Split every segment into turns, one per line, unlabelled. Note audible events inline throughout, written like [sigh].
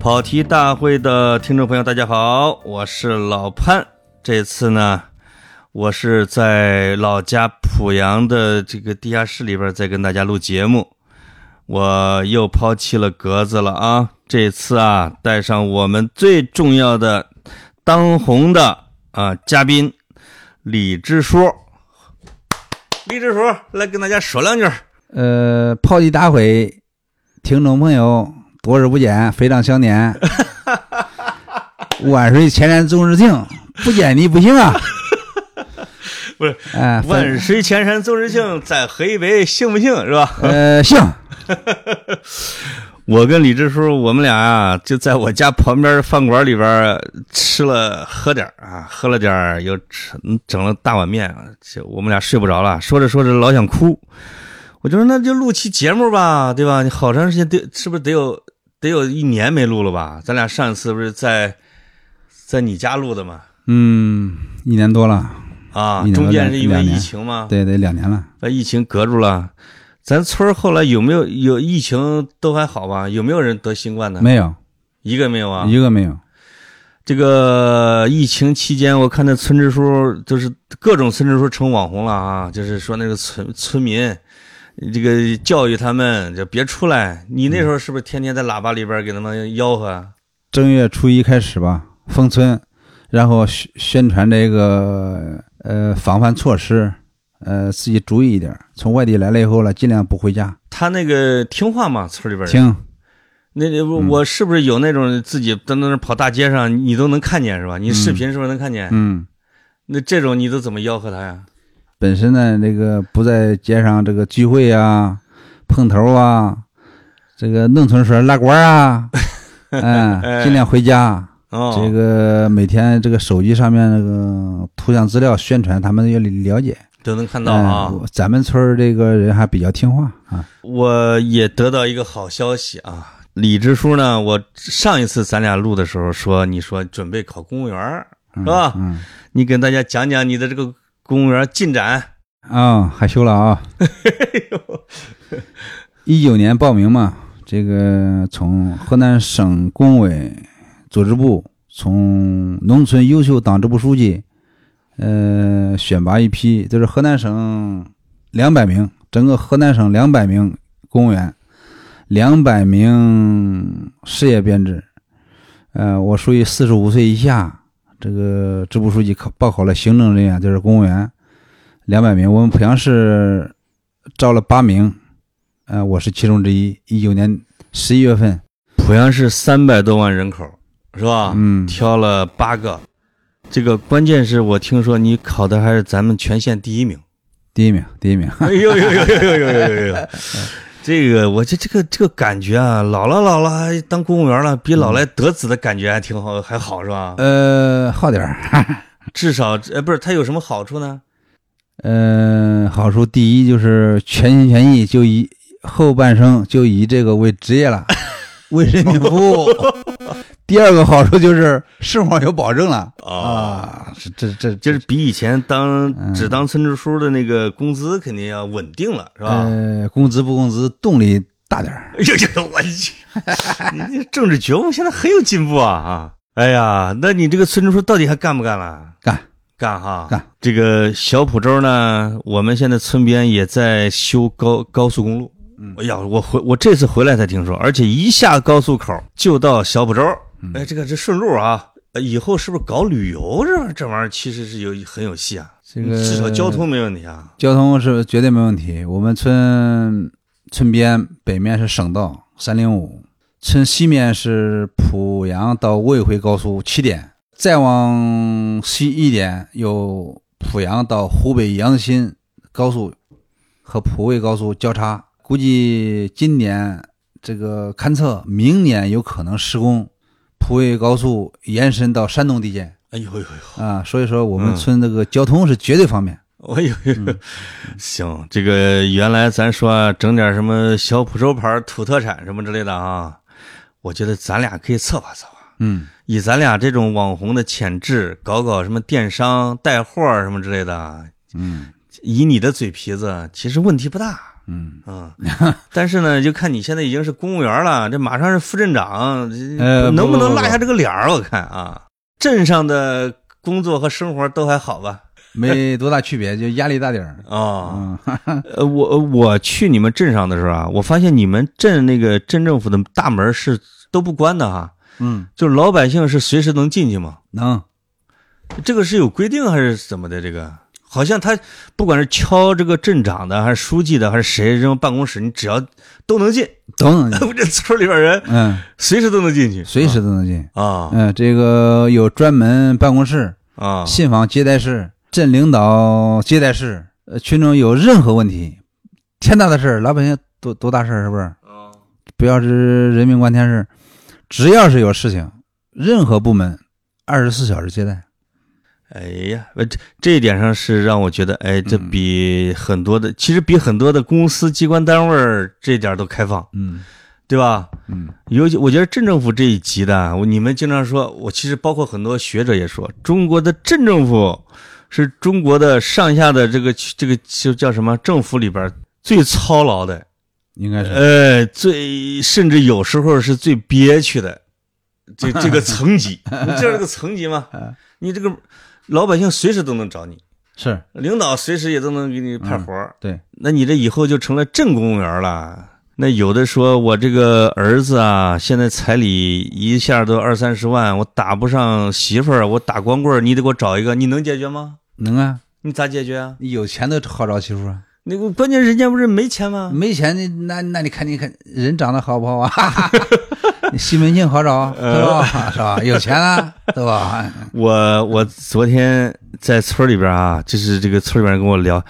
跑题大会的听众朋友，大家好，我是老潘。这次呢，我是在老家濮阳的这个地下室里边在跟大家录节目。我又抛弃了格子了啊！这次啊，带上我们最重要的当红的啊、嘉宾李支书，李支书来跟大家说两句儿。
呃，炮击大会，听众朋友，多日不见，非常
[laughs]
想念。万水千山总是情，不见你不行啊！
[laughs] 不是，
哎、反
万水千山总是情，在河北行不行是吧？
呃，行，
我跟李支书，我们俩啊，就在我家旁边的饭馆里边儿吃了喝点儿啊，喝了点儿，又吃嗯整了大碗面，这我们俩睡不着了，说着说着老想哭，我就说那就录期节目吧，对吧？你好长时间得是不是得有得有一年没录了吧？咱俩上次不是在在你家录的嘛？
嗯，一年多了，
啊
一，年多
中间是因为
两年
疫情嘛，
对对，两年了。
把疫情隔住了。咱村儿后来有没有有疫情都还好吧？有没有人得新冠的？
没有
一个没有嗯啊？
一个没有，
这个疫情期间，我看那村支书就是各种村支书成网红了啊，就是说那个村村民，这个教育他们就别出来。你那时候是不是天天在喇叭里边给他们吆喝啊？
正月初一开始吧，封村，然后宣宣传这个呃防范措施，呃自己注意一点儿。从外地来了以后了，尽量不回家。
他那个听话吗？村里边人，
行，
那那我我是不是有那种自己在那儿跑大街上，你都能看见是吧？你视频是不是能看见？
嗯。
那这种你都怎么吆喝他呀？
本身呢，这个不在街上这个聚会啊、碰头啊，这个农村说拉呱
[laughs]
啊，嗯，尽量回家。
哦，
这个每天这个手机上面那个图像资料宣传，他们要了解。
都能看到啊。
嗯，咱们村儿这个人还比较听话啊。
我也得到一个好消息啊！李支书呢，我上一次咱俩录的时候说，你说准备考公务员儿，
嗯
是吧
嗯，
你跟大家讲讲你的这个公务员进展。
啊、害羞了啊！一九年报名嘛，这个从河南省工委组织部，从农村优秀党支部书记，呃，选拔一批，就是河南省两百名，整个河南省两百名公务员，两百名事业编制，呃，我属于四十五岁以下，这个支部书记考报考了行政人员，就是公务员。两百名，我们濮阳市招了八名，呃，我是其中之一。一九年十一月份，
濮阳市三百多万人口，是吧？
嗯，
挑了八个，这个关键是我听说你考的还是咱们全县第一名。
第一名，第一名，
哎呦呦呦呦呦呦呦呦！这个我这这个这个感觉啊，老了老了还当公务员了，比老来得子的感觉还挺好，还好是吧？
呃，好点儿，
至少呃不是它有什么好处呢？
呃，好处第一就是全心全意，就以后半生就以这个为职业了，为人民服务。 [laughs] 第二个好处就是生活有保证了啊，这这这
哦就是比以前当
嗯
只当村支书的那个工资肯定要稳定了，是吧？
呃，工资不工资，动力大点儿。
哎呦，这我去，你这政治觉悟现在很有进步啊啊！哎呀，那你这个村支书到底还干不干了？
干
干哈，
干
这个小浦州呢，我们现在村边也在修高高速公路。
嗯
哎呀，我回我这次回来才听说，而且一下高速口就到小浦州。
嗯
哎，这个这顺路啊，呃以后是不是搞旅游这这玩意儿其实是有很有戏啊？
这个
至少交通没问题啊。
交通是绝对没问题。我们村村边北面是省道三零五，村西面是濮阳到卫回高速起点，再往西一点有濮阳到湖北阳新高速和濮卫高速交叉。估计今年这个勘测，明年有可能施工濮卫高速延伸到山东地界
哎呦呦呦！
啊。所以说，我们
嗯
村这个交通是绝对方便。
哎呦呦呦，行，这个原来咱说啊整点什么小浦州牌土特产什么之类的啊，我觉得咱俩可以策划策划。
嗯。
以咱俩这种网红的潜质，搞搞什么电商带货儿什么之类的，
嗯
以你的嘴皮子，其实问题不大。
嗯， [laughs]
嗯，但是呢，就看你现在已经是公务员了，这马上是副镇长，这
呃不
能
不
能
不
落
不
下这个脸儿？我看啊，镇上的工作和生活都还好吧？
没多大区别，就压力大点儿。
哦，
嗯，
呃，我呃我去你们镇上的时候啊，我发现你们镇那个镇政府的大门是都不关的哈，
嗯，
就是老百姓是随时能进去吗？
能，
这个是有规定还是怎么的？这个好像他不管是敲这个镇长的，还是书记的，还是谁这种办公室，你只要都能进， [laughs]
都能进。
我这村里边人
啊嗯，
随时都能进去，
随时都能进。
啊
嗯，这个有专门办公室、
啊
信访接待室、镇领导接待室。呃，群众有任何问题，天大的事儿，老百姓多多大事儿，是不是？不要是人命关天事，只要是有事情，任何部门二十四小时接待。
哎呀，呃这这一点上是让我觉得，哎，这
嗯
比很多的，其实比很多的公司、机关单位儿这点儿都开放，
嗯
对吧？
嗯
尤其我觉得镇政府这一级的，啊我你们经常说，我其实包括很多学者也说，中国的镇政府是中国的上下的这个这个就叫什么政府里边儿最操劳的，
应该是。
呃，最甚至有时候是最憋屈的，这这个层级，你知道这个层级吗？你这个老百姓随时都能找你，
是，
领导随时也都能给你派活儿、
对，
那你这以后就成了镇公务员了。那有的说我这个儿子啊，现在彩礼一下都二三十万，我打不上媳妇儿，我打光棍儿，你得给我找一个，你能解决吗？
能啊，
你咋解决啊？
你有钱都好找媳妇啊，
那个关键人家不是没钱吗？
没钱那那那你看你看人长得好不好
[laughs]
啊？你西门庆好找是
呃
吧？ [laughs] 是吧？有
[laughs]
钱啊，对吧？
我我昨天在村里边啊，就是这个村里边人跟我聊，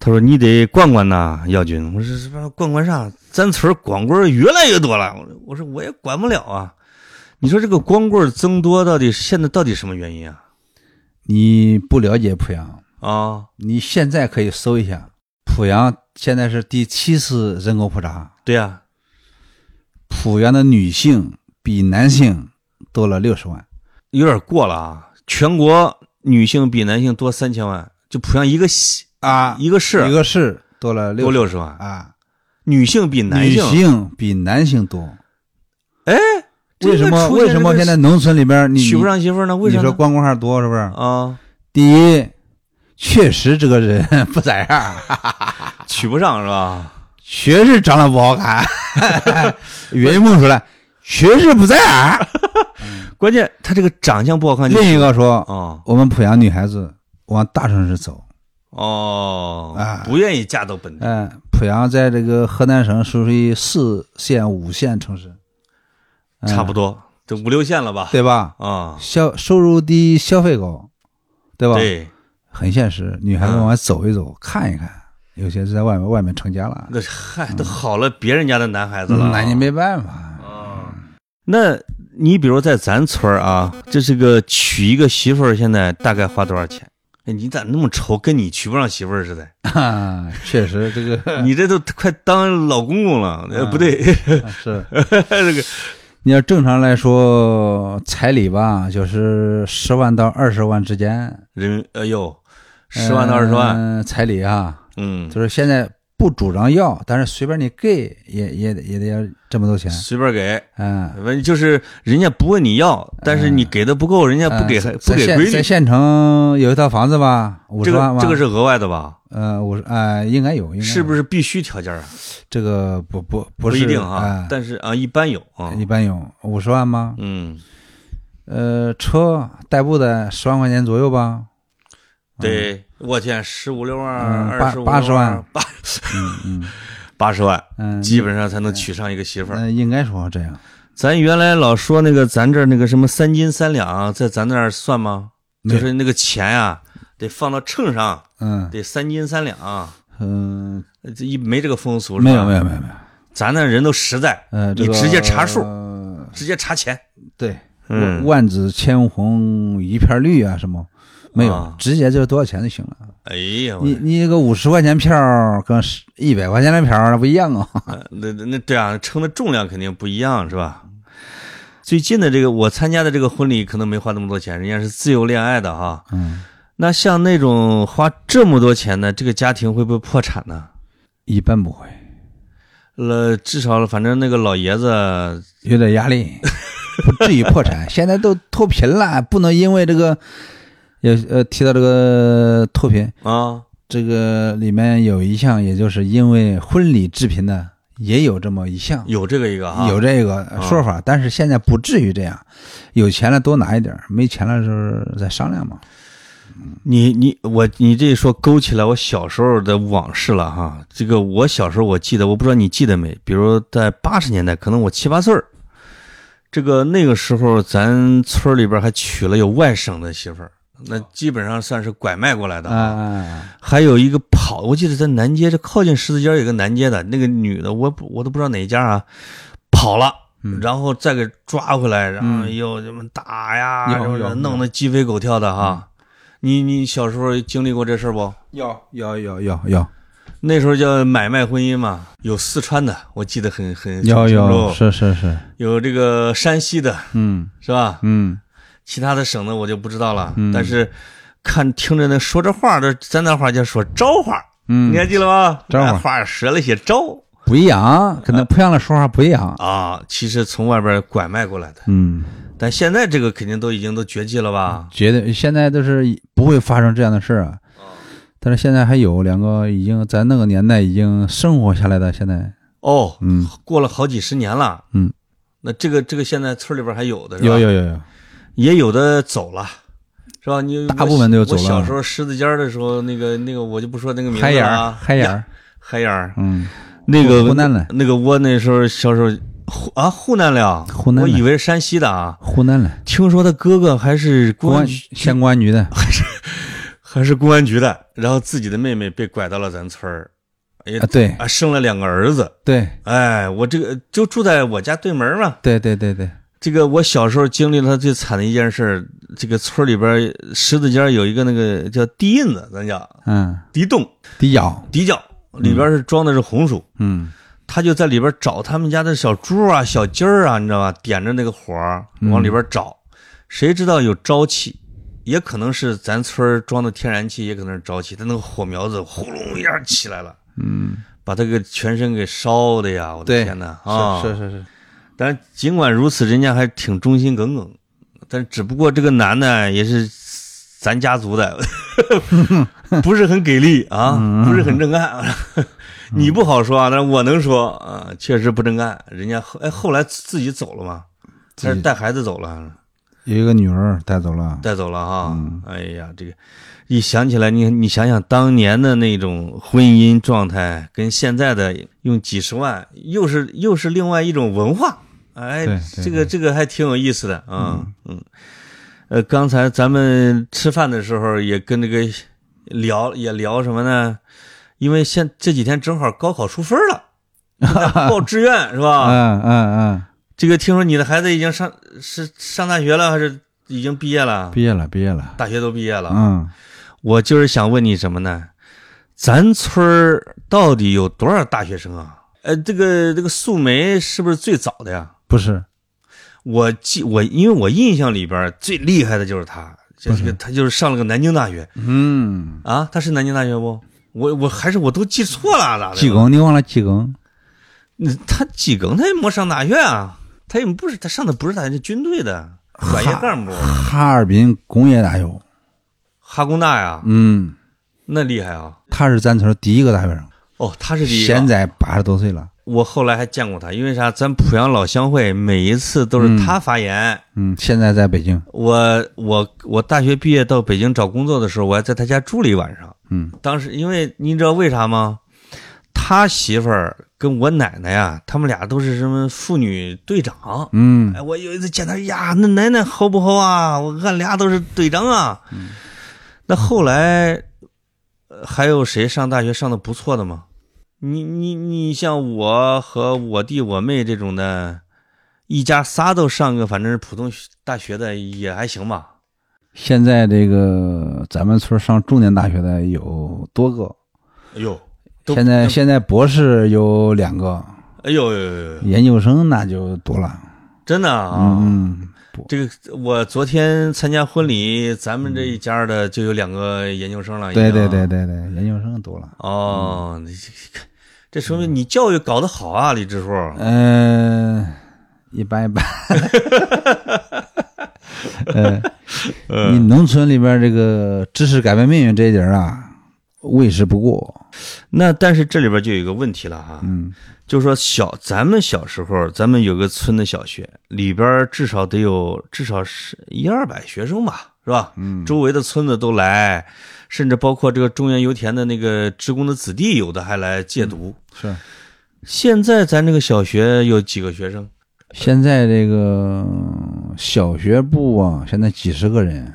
他说你得逛逛呐，耀军。我说什么逛逛啥？咱村光棍儿越来越多了。我说我说我也管不了啊。你说这个光棍儿增多到底是现在到底什么原因啊？
你不了解濮阳，
啊，
你现在可以搜一下，濮阳现在是第七次人口普查，
对呀、
濮阳的女性比男性多了六十万，
有点过了啊。全国女性比男性多三千万，就濮阳一个县
啊
一个市
一个市多了六
多六十万，
啊，
女性比男性
女性比男性多。
哎，这
为
个
什么
出现
为什么
这个
现在农村里边你
娶不上媳妇儿呢？为
你
啥
说
呢？
光棍汉多是不是？
啊，
第一，确实这个人 [laughs] 不咋样儿，
娶不上是吧？
确实长得不好看。 [laughs] 原木说了，确实不咋
[laughs]
样儿。
关键他这个长相不好看就，
另一个说，
哦
我们濮阳女孩子往大城市走，
哦，
啊
不愿意嫁到本地，
嗯，濮阳在这个河南省属于四线、五线城市，嗯
差不多这五六线了吧？
对吧？
啊，
消收入低，消费高，对吧？
对，
很现实，女孩子
嗯
往外走一走，看一看，有些是在外面外面成家了，
那嗨，都好了别人家的男孩子了，
嗯那你没办法，
啊。那你比如在咱村儿啊，这是个娶一个媳妇儿，现在大概花多少钱？哎，你咋那么愁？跟你娶不上媳妇儿似的，
啊，确实这
[laughs]
个
你这都快当老公公了。呃，
嗯
不对， [laughs]
是，
这个
你要正常来说，彩礼吧，就是十万到二十万之间，
人，哎呦，十万到二十万，
嗯、彩礼啊，
嗯，
就是现在不主张要，但是随便你给也也得也得要这么多钱，
随便给，
嗯，
反正就是人家不问你要，但是你给的不够，人家不给、
嗯
不
在
给
县
规律
在。县城有一套房子吧，五
这
十万
个
吧，
这个是额外的吧？
呃五十呃应该有，应该有
是不是必须条件啊？
这个不不不是
一定哈，
啊
但是啊，一般有啊。
一般有五十万吗？
嗯，
呃，车代步的十万块钱左右吧，
对，我天，十五六万，
嗯
二十五
八80万，
八 [laughs]
嗯嗯
八十万，
嗯，
基本上才能娶上一个媳妇儿。
呃应该说这样。
咱原来老说那个咱这儿那个什么三斤三两，在咱那儿算吗？
没
就
有
是那个钱啊，得放到秤上，
嗯
得三斤三两，
嗯，
这一没这个风俗是吧？
没有没有没有没有，
咱那人都实在，
呃，
你
这个
直接查数
呃
直接查钱。
对，
嗯
万万紫千红一片绿啊什么。没有
啊，
直接就是多少钱就行了。
哎呀，我
你你一个五十块钱票跟一百块钱的票那不一样啊。
呃那那那对啊，称的重量肯定不一样，是吧？
嗯
最近的这个我参加的这个婚礼可能没花那么多钱，人家是自由恋爱的哈。
嗯，
那像那种花这么多钱的，这个家庭会不会破产呢？
[laughs] 一般不会，
呃，至少反正那个老爷子
有点
[laughs]
压力，不至于破产。现在都脱贫了，不能因为这个，也呃提到这个脱贫，
啊，
这个里面有一项，也就是因为婚礼致贫呢，也有这么一项，
有啊嗯这个一个哈，
有这个说法，但是现在不至于这样，有钱了多拿一点儿，没钱了就是再商量嘛。
你你我你这一说勾起来我小时候的往事了哈。这个我小时候我记得，我不知道你记得没？比如在八十年代，可能我七八岁儿，这个那个时候咱村儿里边还娶了有外省的媳妇儿，那基本上算是拐卖过来的。
啊，
还有一个跑，我记得在南街，这靠近十字街有个南街的那个女的，我不我都不知道哪一家啊，跑了。
嗯
然后再给抓回来，然后
嗯
又什么打呀，
有
什么
有
的弄得鸡飞狗跳的哈。
嗯
你你小时候经历过这事儿不？
要要要要要
那时候叫买卖婚姻嘛，有四川的，我记得很很
要
清
要，
楚，
是是是，
有这个山西的，
嗯
是吧？
嗯
其他的省的我就不知道了，
嗯
但是看听着那说这话，这咱那话叫说招话，你还
嗯，
记得哎吧？
招
那
话
话折了些招
不一样，跟那濮阳的说法不一样。
呃啊，其实从外边拐卖过来的，
嗯，
但现在这个肯定都已经都绝迹了吧？
觉得现在都是不会发生这样的事儿啊。但是现在还有两个已经在那个年代已经生活下来的，现在
哦，
嗯
过了好几十年了，
嗯，
那这个这个现在村里边还有的是吧？
有有有有，
也有的走了，是吧？你
大部分都有走了
我小时候狮子尖儿的时候，那个那个我就不说那个名字
嗨眼
了
儿
啊，
嗨眼儿，
嗨眼儿，
嗯，
那个
湖湖南的
那个我那时候小时候湖啊湖南了，
湖南
我
的
以为是山西的啊。
湖南的
听说他哥哥还是公
公
安
安
局，
县公安局的，
还是公安局的，然后自己的妹妹被拐到了咱村儿，也
啊，对
啊生了两个儿子。
对
哎，我这个就住在我家对门儿嘛，
对对对对，
这个我小时候经历了最惨的一件事儿，这个村里边儿十字街儿有一个那个叫地印子，咱叫
嗯，
地洞、
迪咬，
地窖，里边是装的是红薯，
嗯
他就在里边找他们家的小猪啊、小鸡儿啊，你知道吧？点着那个火儿
嗯
往里边找，谁知道有沼气，也可能是咱村儿装的天然气，也可能是沼气，他那个火苗子呼隆一下起来了，
嗯，
把他给全身给烧的呀！我的
对
天哪啊！
是是，
但尽管如此，人家还挺忠心耿耿。但只不过这个男的也是咱家族的， [laughs] 不是很给力
嗯
啊，不是很正
[laughs]
干。你不好说啊，但是我能说啊，确实不正干。人家后哎后来自己走了嘛，
自己
还是带孩子走了，
有一个女儿带走了，
带走了哈。
嗯
哎呀，这个一想起来，你你想想当年的那种婚姻状态，跟现在的用几十万，又是又是另外一种文化。哎
对，对
这个这个还挺有意思的啊，嗯，呃，刚才咱们吃饭的时候也跟这个聊，也聊什么呢？因为现这几天正好高考出分了，报志愿是吧？
[laughs] 嗯嗯
这个听说你的孩子已经上是上大学了，还是已经毕业了
嗯，？毕业了毕业了，
大学都毕业了。
嗯，
我就是想问你什么呢？咱村儿到底有多少大学生啊？呃，这个这个素梅是不是最早的呀？
不是，
我记我因为我印象里边儿最厉害的就是她，就
不
是
是
个她就是上了个南京大学
嗯，
啊，她是南京大学不？我我还是我都记错了咋的？
济公，你忘了济公？
嗯，她几梗她也没上大学啊，她也不是她上的不是大学，军队的转业干部，
哈尔滨工业大学，
哈工大呀，
嗯，
那厉害啊！
他是咱村第一个大学生，
哦，她是第一个。
现在八十多岁了，
我后来还见过他，因为啥？咱濮阳老乡会每一次都是他发言。
嗯，现在在北京，
我我我大学毕业到北京找工作的时候，我还在他家住了一晚上。
嗯，
当时因为你知道为啥吗？他媳妇儿跟我奶奶呀，他们俩都是什么妇女队长。
嗯
哎，我有一次见他呀，那奶奶好不好啊？我俺俩都是队长啊。那后来呃还有谁上大学上的不错的吗？你你你像我和我弟我妹这种的，一家仨都上个反正是普通学大学的也还行吧。
现在这个咱们村上重点大学的有多个，
哎呦，都
现在现在博士有两个，
哎呦呦呦呦，
研究生那就多了，
真的啊！
嗯，
这个我昨天参加婚礼，咱们这
嗯
一家的就有两个研究生了。已经
对对对对对，研究生多了，
哦，你这个这说明你教育搞得好啊，李支书。
呃，一般一般。 [laughs] 呃，
嗯
你农村里边这个知识改变命运这一点儿啊，为时不过。
那但是这里边就有一个问题了哈，
嗯，
就是说小咱们小时候，咱们有个村的小学，里边至少得有至少是一二百学生吧，是吧？嗯，周围的村子都来，甚至包括这个中原油田的那个职工的子弟，有的还来借读。
是。
现在咱这个小学有几个学生？
现在这个小学部啊，现在几十个人，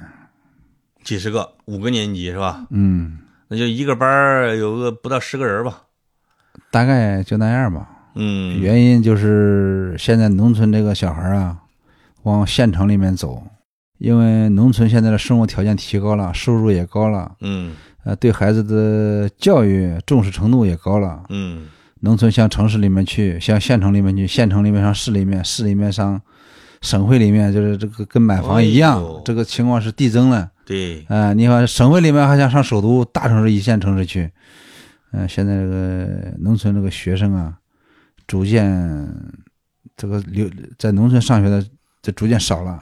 几十个，五个年级是吧？
嗯，
那就一个班儿有个不到十个人吧。
大概就那样吧。
嗯，
原因就是现在农村这个小孩啊，往县城里面走，因为农村现在的生活条件提高了，收入也高了，
嗯
呃，对孩子的教育重视程度也高了。
嗯
农村向城市里面去，向县城里面去，县城里面上市里面，市里面上省会里面，就是这个跟买房一
哎
样，
呦
这个情况是递增了。
对，
啊、你看省会里面还想上首都大城市一线城市去，嗯、现在这个农村这个学生啊，逐渐这个留在农村上学的这逐渐少了。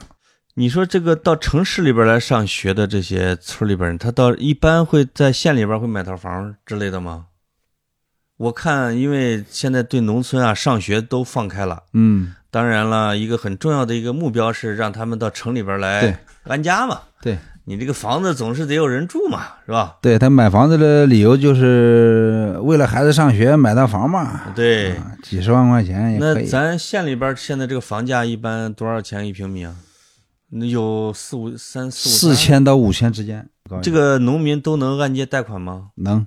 你说这个到城市里边来上学的这些村里边人，他到一般会在县里边会买套房之类的吗？我看，因为现在对农村啊上学都放开了，
嗯，
当然了，一个很重要的一个目标是让他们到城里边
对
来安家嘛。
对，
你这个房子总是得有人住嘛，是吧？
对他买房子的理由就是为了孩子上学买套房嘛，
对，
啊，几十万块钱也可
那
以。
咱县里边现在这个房价一般多少钱一平米啊？那有四五三四五
四
三。
千到五千之间，高一点
这个农民都能按揭贷款吗？
能，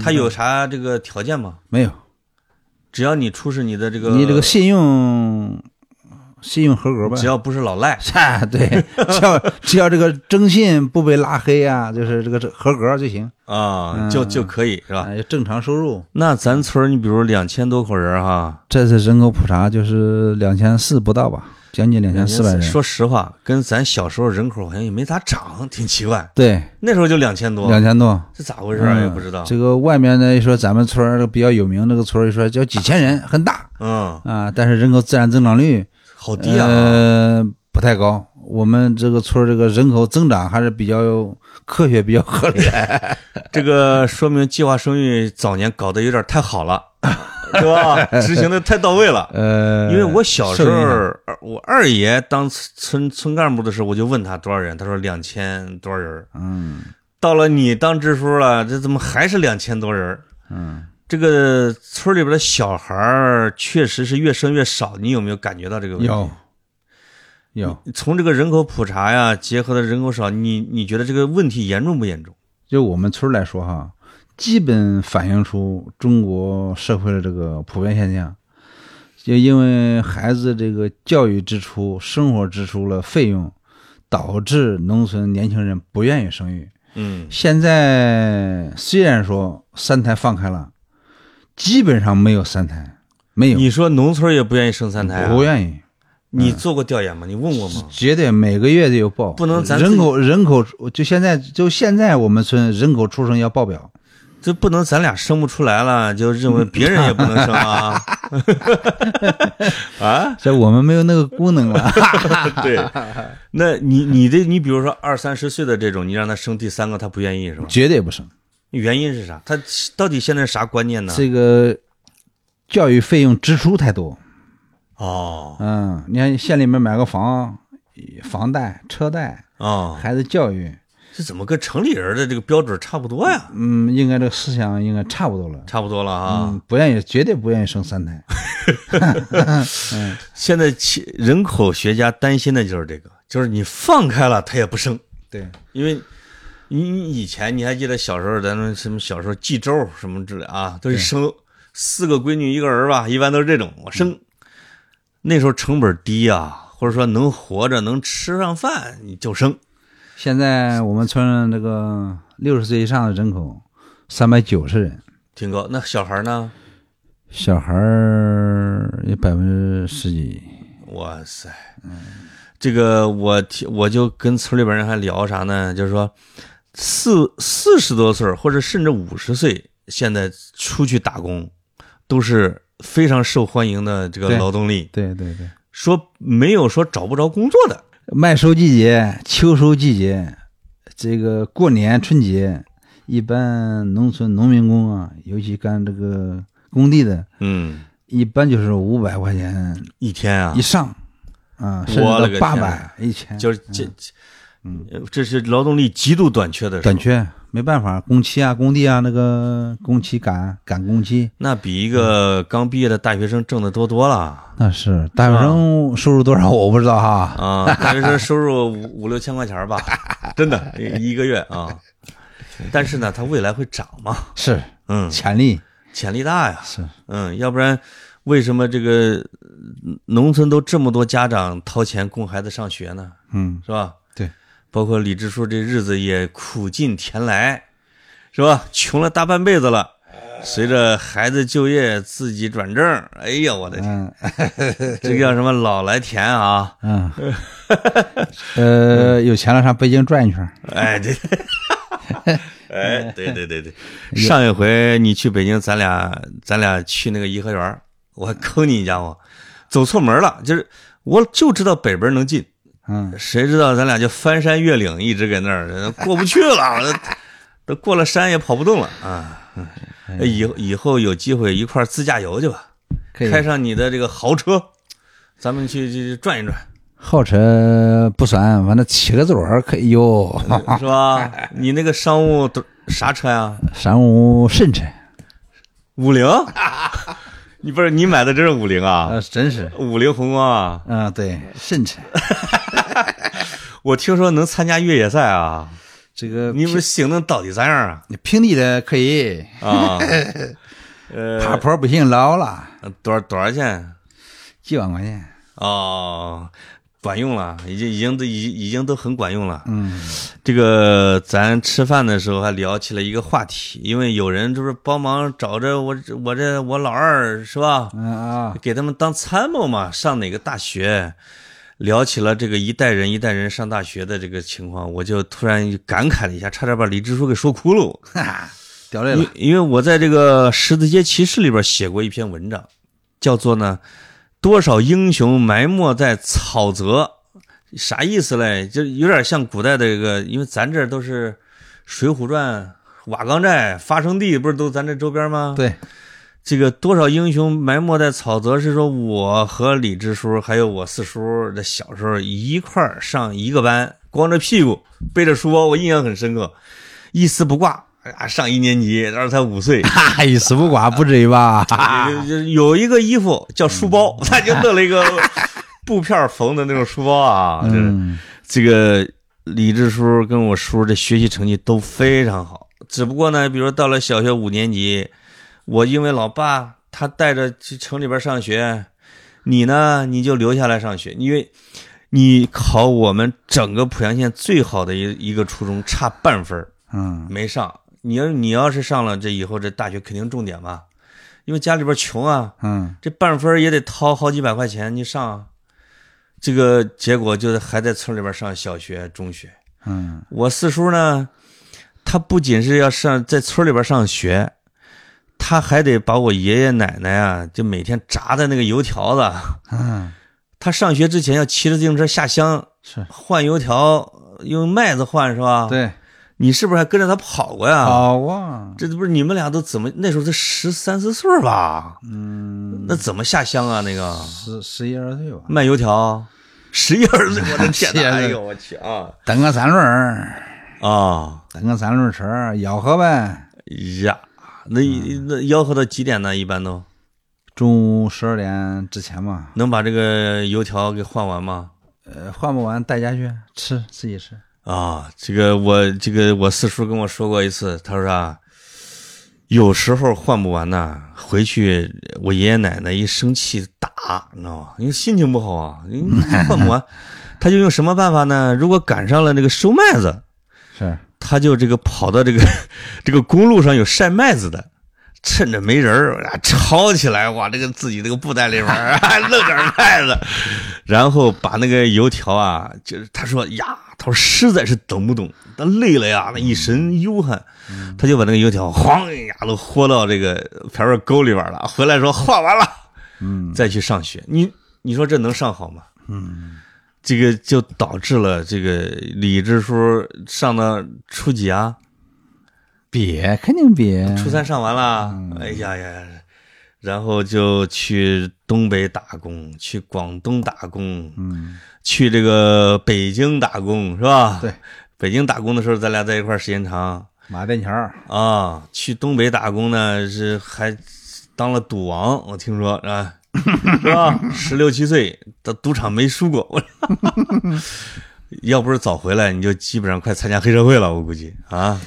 他有啥这个条件吗？
没有？
只要你出示你的这个，
你这个信用信用合格呗
只？要不是老
[laughs]
赖，
啊，对，只要只要这个征信不被拉黑啊， [laughs] 就是这个这合格就行
啊、
嗯
就就可以是吧？
啊，正常收入。
那咱村儿你比如两千多口人哈，
这次人口普查就是两千四不到吧，将近两千四百人。
说实话，跟咱小时候人口好像也没咋涨，挺奇怪。
对，
那时候就两千多，
两千多。
这咋回事儿、
嗯
也不知道。
这个外面呢一说咱们村儿比较有名，这个村儿一说叫几千人， [laughs] 很大
嗯，
啊，但是人口自然增长率
好低啊。
呃，不太高。我们这个村儿这个人口增长还是比较有科学、比较合理的。
这个说明计划生育早年搞得有点太好了， [laughs] 对吧？执行的太到位了。[laughs]
呃，
因为我小时
受
候
影响，
二我二爷当村村干部的时候，我就问他多少人，他说两千多人儿。
嗯
到了你当支书了，这怎么还是两千多人儿？
嗯，
这个村里边的小孩儿确实是越生越少，你有没有感觉到这个问题？
有有，
从这个人口普查呀，结合的人口少，你你觉得这个问题严重不严重？
就我们村儿来说哈，基本反映出中国社会的这个普遍现象。就因为孩子这个教育支出、生活支出了费用，导致农村年轻人不愿意生育。
嗯
现在虽然说三胎放开了，基本上没有三胎，没有，
你说农村也不愿意生三胎啊？
不嗯愿意，
你做过调研吗？你问过吗？
绝对每个月都有报，
不能咱自己
人口人口就现在就现在我们村人口出生要报表，
这不能咱俩生不出来了，就认为别人也不能生啊？啊，
这我们没有那个功能啊了，
对，那你你的你比如说二三十岁的这种，你让他生第三个，他不愿意是吧？
[laughs] 绝对不生。
原因是啥？他到底现在啥观念呢？
[laughs] 这个教育费用支出太多，
哦
嗯，你看县里面买个房，房贷、车贷，
哦，
孩子教育，
这怎么跟城里人的这个标准差不多呀？
嗯，应该这个思想应该差不多了。
差不多了啊。
嗯，不愿意，绝对不愿意生三胎。
现在其人口学家担心的就是这个，就是你放开了他也不生，
对，
因为你你以前你还记得小时候咱们什么小时候记周什么之类啊，都是生四个闺女一个儿吧，一般都是这种我生。那时候成本低啊，或者说能活着能吃上饭你就生，
现在我们村这个六十岁以上的人口三百九十人，
挺高。那小孩呢？
小孩儿也百分之十几。
哇塞，这个我提我就跟村里边人还聊啥呢？就是说，四四十多岁儿或者甚至五十岁，现在出去打工，都是非常受欢迎的这个
对
劳动力，
对对对，
说没有说找不着工作的，
麦收季节、秋收季节，这个过年春节，一般农村农民工啊，尤其干这个工地的，
嗯，
一般就是五百块钱
一天啊
以，上，啊，甚至
我
到
了个
八
天
百、一千，
就是这，这呃这是劳动力极度短缺的时候
短，缺，没办法，工期啊、工地啊，那个工期赶赶工期，
那比一个刚毕业的大学生挣的多多了
那是大学生收入多少我不知道哈，
[laughs] 啊！大学生收入五五六千块钱 [laughs] 吧，真的，一个月啊。但是呢，它未来会涨嘛？
是
嗯，
潜力
[laughs] 潜力大呀。
是，
嗯，要不然为什么这个嗯农村都这么多家长掏钱供孩子上学呢？
嗯，
是吧？
对，
包括李支书这日子也苦尽甜来，是吧？穷了大半辈子了，随着孩子就业自己转正，哎呀，我的天，
嗯
这个叫什么老来甜啊！
嗯， [laughs] 呃，有钱了上北京转一圈，
哎，对，哎，对对对对，上一回你去北京，咱俩咱俩去那个颐和园儿，我坑你一家伙，走错门了，就是我就知道北边能进，
嗯，
谁知道咱俩就翻山越岭，一直搁那儿过不去了，都过了山也跑不动了啊！
哎
嗯以后以后有机会一块儿自驾游去吧，
可
[laughs]
以
开，上你的这个豪车，咱们去去去转一转。
豪车不算，完了骑个自行车可以 [laughs] 哟，
是吧？你那个商务都啥车呀？
商务甚车，
五
[laughs]
菱？你不是你买的真是五菱啊？
呃，真是，
五菱宏光啊？
啊，对，甚车，
我听说能参加越野赛啊？
这个
你们性能到底咋样啊？
平地的可以，
啊，
[laughs] 爬坡不行，老了，
多少多少钱？
几万块钱，
哦，管用了，已经已经都已已经都很管用了。
嗯，
这个咱吃饭的时候还聊起了一个话题，因为有人就是帮忙找着我这我这我老二是吧？
嗯啊，
给他们当参谋嘛，上哪个大学？聊起了这个一代人一代人上大学的这个情况，我就突然感慨了一下，差点把李支书给说哭了。
哈哈，掉泪
因
了，
因为我在这个《十字街骑士》里边写过一篇文章，叫做呢“多少英雄埋没在草泽”，啥意思嘞？就有点像古代的一个，因为咱这都是《水浒传》、瓦岗寨、发生地，不是都咱这周边吗？
对，
这个多少英雄埋没在草泽，是说我和李支书还有我四叔这小时候一块儿上一个班，光着屁股背着书包，我印象很深刻，一丝不挂。哎呀，上一年级，那时候才五岁，
哈，一丝不挂，不至于吧？
就就有一个衣服叫书包， [laughs] 他就弄了一个布片缝的那种书包啊。就是
[laughs] 嗯，
这个李支书跟我叔这学习成绩都非常好，只不过呢，比如到了小学五年级，我因为老爸他带着去城里边上学，你呢你就留下来上学，因为你考我们整个濮阳县最好的一一个初中，差半分儿
嗯，
没上。你要你要是上了这以后，这大学肯定重点嘛，因为家里边穷啊，
嗯，
这半分儿也得掏好几百块钱，你上啊。这个结果就是还在村里边上小学、中学。
嗯，
我四叔呢，他不仅是要上在村里边上学，他还得把我爷爷奶奶啊，就每天炸的那个油条子。
嗯，
他上学之前要骑着自行车下乡
是
换油条，用麦子换是吧？，
对，
你是不是还跟着他跑过呀？
好啊，
这不是你们俩都怎么那时候才十三四岁儿吧？
嗯，
那怎么下乡啊？那
[laughs]
个
十十啊一二岁吧，
卖油条，十一二岁，我的 [laughs] 天
十一
哪！
二岁
哎呦我去啊
蹬个三轮儿，
啊
蹬个三轮车儿，吆喝呗。
呀！那那吆喝到几点呢？一般都
中午十二点之前嘛，
能把这个油条给换完吗？
呃，换不完带家去吃，自己吃。
啊，这个我这个我四叔跟我说过一次，他说啥？有时候换不完呐，回去我爷爷奶奶一生气打，你知道吗？因为心情不好啊，因为换不 [laughs] 完，他就用什么办法呢？如果赶上了那个收麦子，
是，
他就这个跑到这个 [laughs] 这个公路上有晒麦子的，趁着没人儿啊抄起来，哇，这个自己这个布袋里边儿啊弄点麦子，然后把那个油条啊，就是他说呀，他说实在是等不动，他累了呀，那一身油汗，他就把那个油条晃一下都豁到这个瓢瓢沟里边了。回来说画完了，
嗯，
再去上学。你你说这能上好吗？嗯，这个就导致了这个李支书上到初几啊？
别肯定别，
初三上完了，
嗯
哎呀呀，然后就去东北打工，去广东打工，
嗯，
去这个北京打工，是吧？
对，
北京打工的时候，咱俩在一块儿时间长
马甸桥儿
啊。去东北打工呢，是还当了赌王，我听说
[laughs]
啊，是吧？十六七岁，到赌场没输
[laughs]
过。 [laughs] 要不是早回来，你就基本上快参加黑社会了，我估计啊。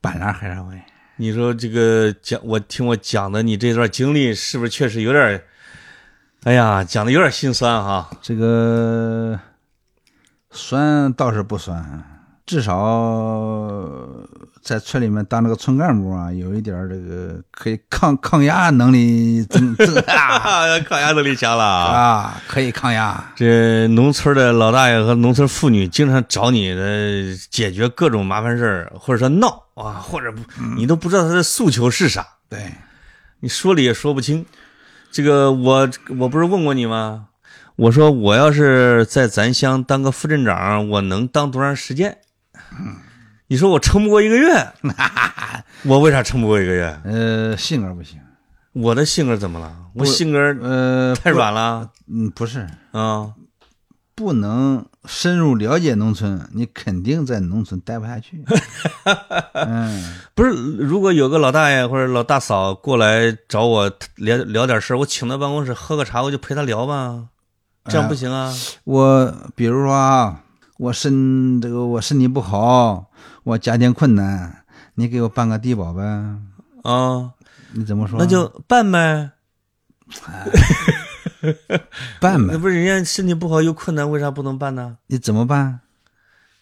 板蓝黑社会，
你说这个讲，我听我讲的你这段经历，是不是确实有点儿？哎呀，讲的有点心酸 [laughs] 哈。
这个酸倒是不酸，至少在村里面当这个村干部啊，有一点儿这个可以抗抗压能力增增 [laughs] 啊
啊，抗压能力强了啊！
啊，可以抗压。
这农村的老大爷和农村妇女经常找你的解决各种麻烦事儿，或者说闹啊，或者不，你都不知道他的诉求是啥，
对，
你说理也说不清。这个我我不是问过你吗？我说我要是在咱乡当个副镇长，我能当多长时间？你说我撑不过一个
[laughs]
月，我为啥撑不过一个月？
呃，性格不行，
我的性格怎么了？我
不
性格
呃，
太软了
不，嗯，不是，
啊！
不能深入了解农村，你肯定在农村待不
[laughs]
下去。嗯，
不是，如果有个老大爷或者老大嫂过来找我聊聊点事儿，我请到办公室喝个茶，我就陪他聊吧，这样不行啊！
我比如说啊，我身这个我身体不好，我家庭困难，你给我办个低保呗？嗯
啊，
你怎么说？
那就办呗。
办呗
那。不是人家身体不好有困难，为啥不能办呢？
你怎么办？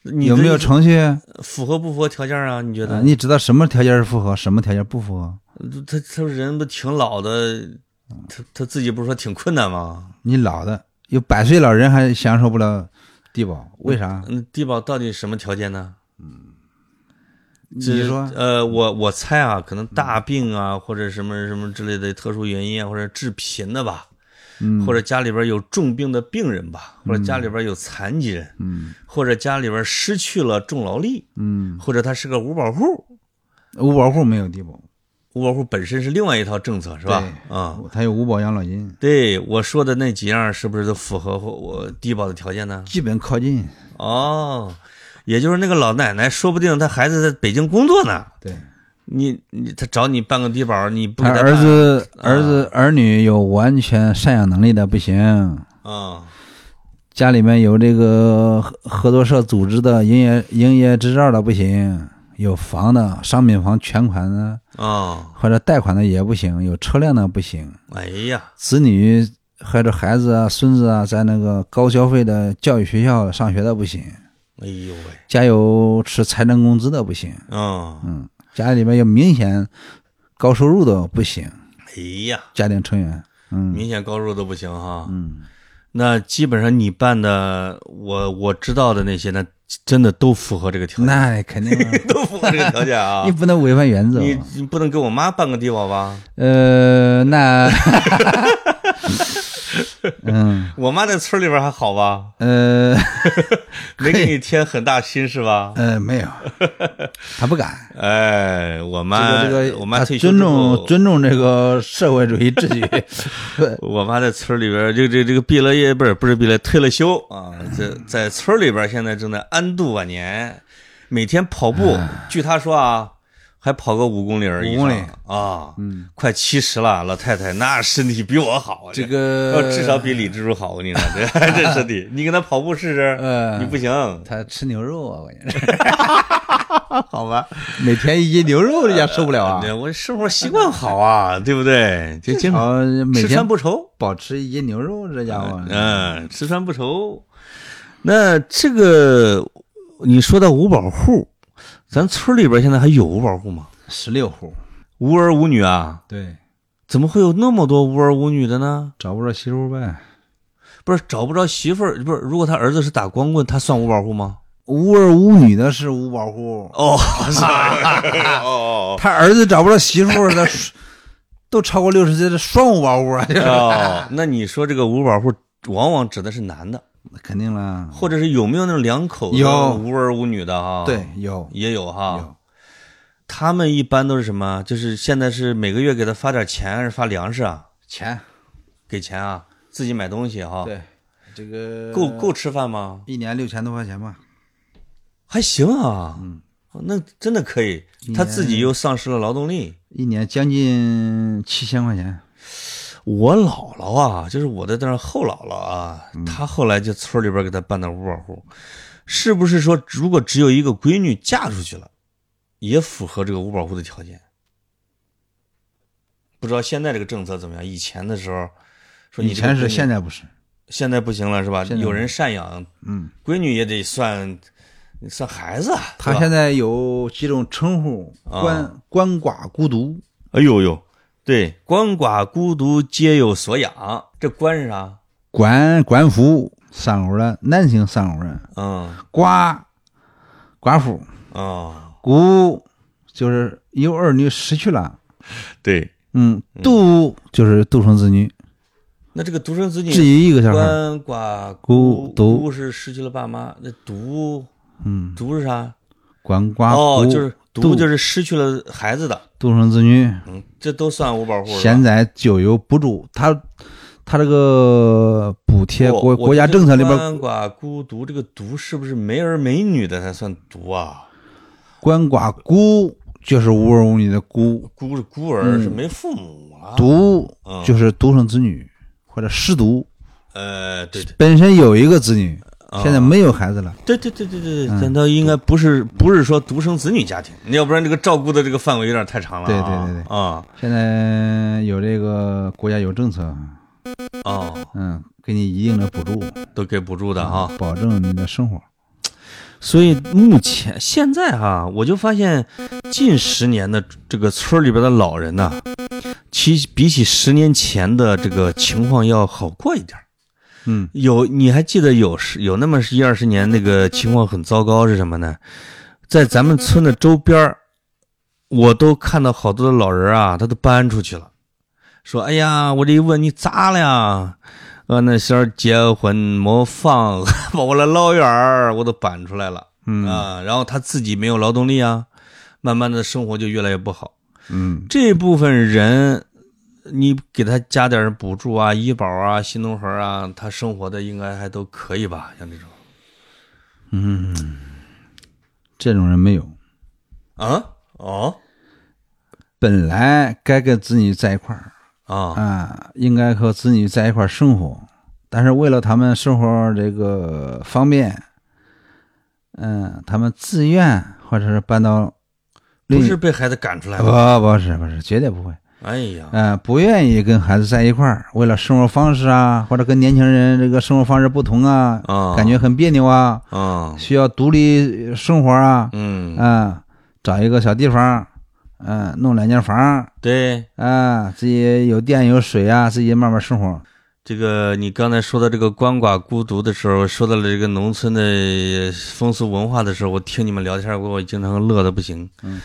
你呃
有没有
这
程序？啊
符合不符合条件啊？你觉得？
你知道什么条件是符合，什么条件不符合？
他他人不挺老的，他他自己不是说挺困难吗？
你老的有百岁老人还享受不了低保，为啥？
嗯，低保到底什么条件呢？这
你说
呃，我我猜啊，可能大病啊，或者什么什么之类的特殊原因啊，或者致贫的吧，
嗯
或者家里边有重病的病人吧，或者家里边有残疾人，
嗯
或者家里边失去了重劳力，
嗯，
或者他是个五保户，
五保户没有低保，
五保户本身是另外一套政策，是吧？啊、
他有五保养老金，
对我说的那几样是不是都符合我低保的条件呢？
基本靠近。
哦，也就是那个老奶奶，说不定她孩子在北京工作呢。
对，
你你她找你办个低保，你不
他
给她
儿
办
子、儿子儿女有完全赡养能力的不行，
啊、
家里面有这个合合作社组织的营业营业执照的不行，有房的商品房全款的
哦，
或者贷款的也不行，有车辆的不行，
哎呀，
子女或者孩子啊、孙子啊，在那个高消费的教育学校上学的不行，
哎呦喂，
家有吃财政工资的不行，
嗯，
嗯，家里面有明显高收入的不行，
哎呀，
家庭成员，嗯
明显高入都不行哈。
嗯。
那基本上你办的，我我知道的那些，那真的都符合这个条件，
[laughs] 那肯定啊，
[laughs] 都符合这个条件啊 [laughs]
你。不能违反原则。
你你不能给我妈办个低保吧？
呃，那，嗯，
我妈在村里边还好吧？
呃， [laughs]
没给你添很大心是吧？
呃，没
[laughs]
有，他不敢。
哎，我
这
妈，
个这个，
我妈
他
退休
尊
之后
重尊重这个社会主义秩序。 [laughs]
我妈在村里边，这个这个这个毕了业不是不是毕了，退了休啊，这在村里边现在正在安度晚年，每天跑步，据她说啊，还跑个五公里儿以
哎五公里
上啊，嗯，快七十了，老太太那身体比我好，
这
呃
个
至少比李支书好，我跟
[laughs]
你说，这这身体，你跟她跑步试试，
呃
你不
[laughs]
行，
他吃牛肉啊，我觉着
好吧？
每天一斤牛肉，人家受不了啊。
对，我生活习惯好啊，对不对？就经常
好，每
吃穿
天
不愁。
保持一斤牛肉，这家伙，
嗯，吃穿不愁。那这个你说到五保户，咱村里边现在还有五保户吗？
十六户，
无儿无女啊？
对，
怎么会有那么多无儿无女的呢？嗯
找不着媳妇呗。
不是找不着媳妇儿，不是如果他儿子是打光棍，他算无保护吗？
无儿无女的是无保护，
哦， [laughs]
哦哦
他儿子找不着媳妇儿的， [laughs] 都超过六十岁的双无保护啊， [laughs] 这
哦， [laughs] 那你说这个无保护，往往指的是男的，
肯定啦。
或者是有没有那种两口子
有
无儿无女的啊？
对，，有
也有哈
有。
他们一般都是什么？就是现在是每个月给他发点钱，还是发粮食啊？
钱，
给钱啊？自己买东西哈、
对，这个
啊够够吃饭吗？
一年六千多块钱吧。
还行啊，
嗯
那真的可以。他自己又丧失了劳动力。
一年将近七千块钱，
我姥姥啊，就是我的那儿后姥姥啊，
嗯
她后来就村里边给她办的五保户，是不是说如果只有一个闺女嫁出去了，也符合这个五保户的条件？不知道现在这个政策怎么样？以前的时候，说你
以
这个
前是，
闺女
现在不是。
现在不行了是吧？
现在
有人赡养
嗯，
闺女也得算算孩子啊，
他
是吧啊
现在有几种称呼：鳏、鳏寡、孤独。
哎呦呦，对，鳏寡孤独皆有所养，这鳏是啥？
管管夫三口人，男性三口人；
嗯
寡寡妇，
哦，
孤就是有儿女失去了，
对，
嗯，独就是独生子女，
那这个独生子女
只有一个小孩，
鳏寡
孤独
孤是失去了爸妈，那独
嗯，
独是啥？
管寡
哦，
妇
就是独
独
就是失去了孩子的，
独生子女，
嗯，这都算无保户是吧。
现在就有补助，他他这个补贴
我
国
我
国家
觉得
政策里边，
鳏寡孤独这个独是不是没儿没女的才算独啊？
管寡孤就是无儿无女的孤，
孤是孤儿，是没父母啊。
嗯独
嗯
就是独生子女或者失独，
呃，对对
本身有一个子女，
啊
现在没有孩子了。
对对对对对
嗯
对，咱倒应该不是不是说独生子女家庭，要不然这个照顾的这个范围有点太长了
对
啊。
对对
对啊
现在有这个国家有政策，
啊，
嗯，给你一定的补助，
都给补助的哈。
保证你的生活。
所以目前现在哈、我就发现近十年的这个村里边的老人呐、其比起十年前的这个情况要好过一点儿。
嗯，
有你还记得有十有那么一二十年那个情况很糟糕是什么呢？在咱们村的周边儿我都看到好多的老人啊，他都搬出去了，说：“哎呀，我这一问你咋了呀？”呃，那时候结婚没放，把我的老远儿我都搬出来了。
嗯
啊，然后他自己没有劳动力啊，慢慢的生活就越来越不好。
嗯，
这部分人，你给他加点补助啊、医保啊、新农合啊，他生活的应该还都可以吧？像这种
这种人没有。
啊，哦
本来该跟子女在一块儿
啊，
啊，应该和子女在一块儿生活，但是为了他们生活这个方便，嗯，他们自愿或者是搬到另呃
不是被孩子赶出来
不
的。
不是不是，绝对不会。
哎呀，
嗯，不愿意跟孩子在一块儿，为了生活方式啊，或者跟年轻人这个生活方式不同啊，
啊，
感觉很别扭啊，
啊，
需要独立呃生活啊，
嗯，
啊，找一个小地方，嗯、弄两间房，
对，
啊，自己有电有水啊，自己慢慢生活。
这个你刚才说到这个鳏寡孤独的时候，说到了这个农村的风俗文化的时候，我听你们聊天，我经常乐的不行，
嗯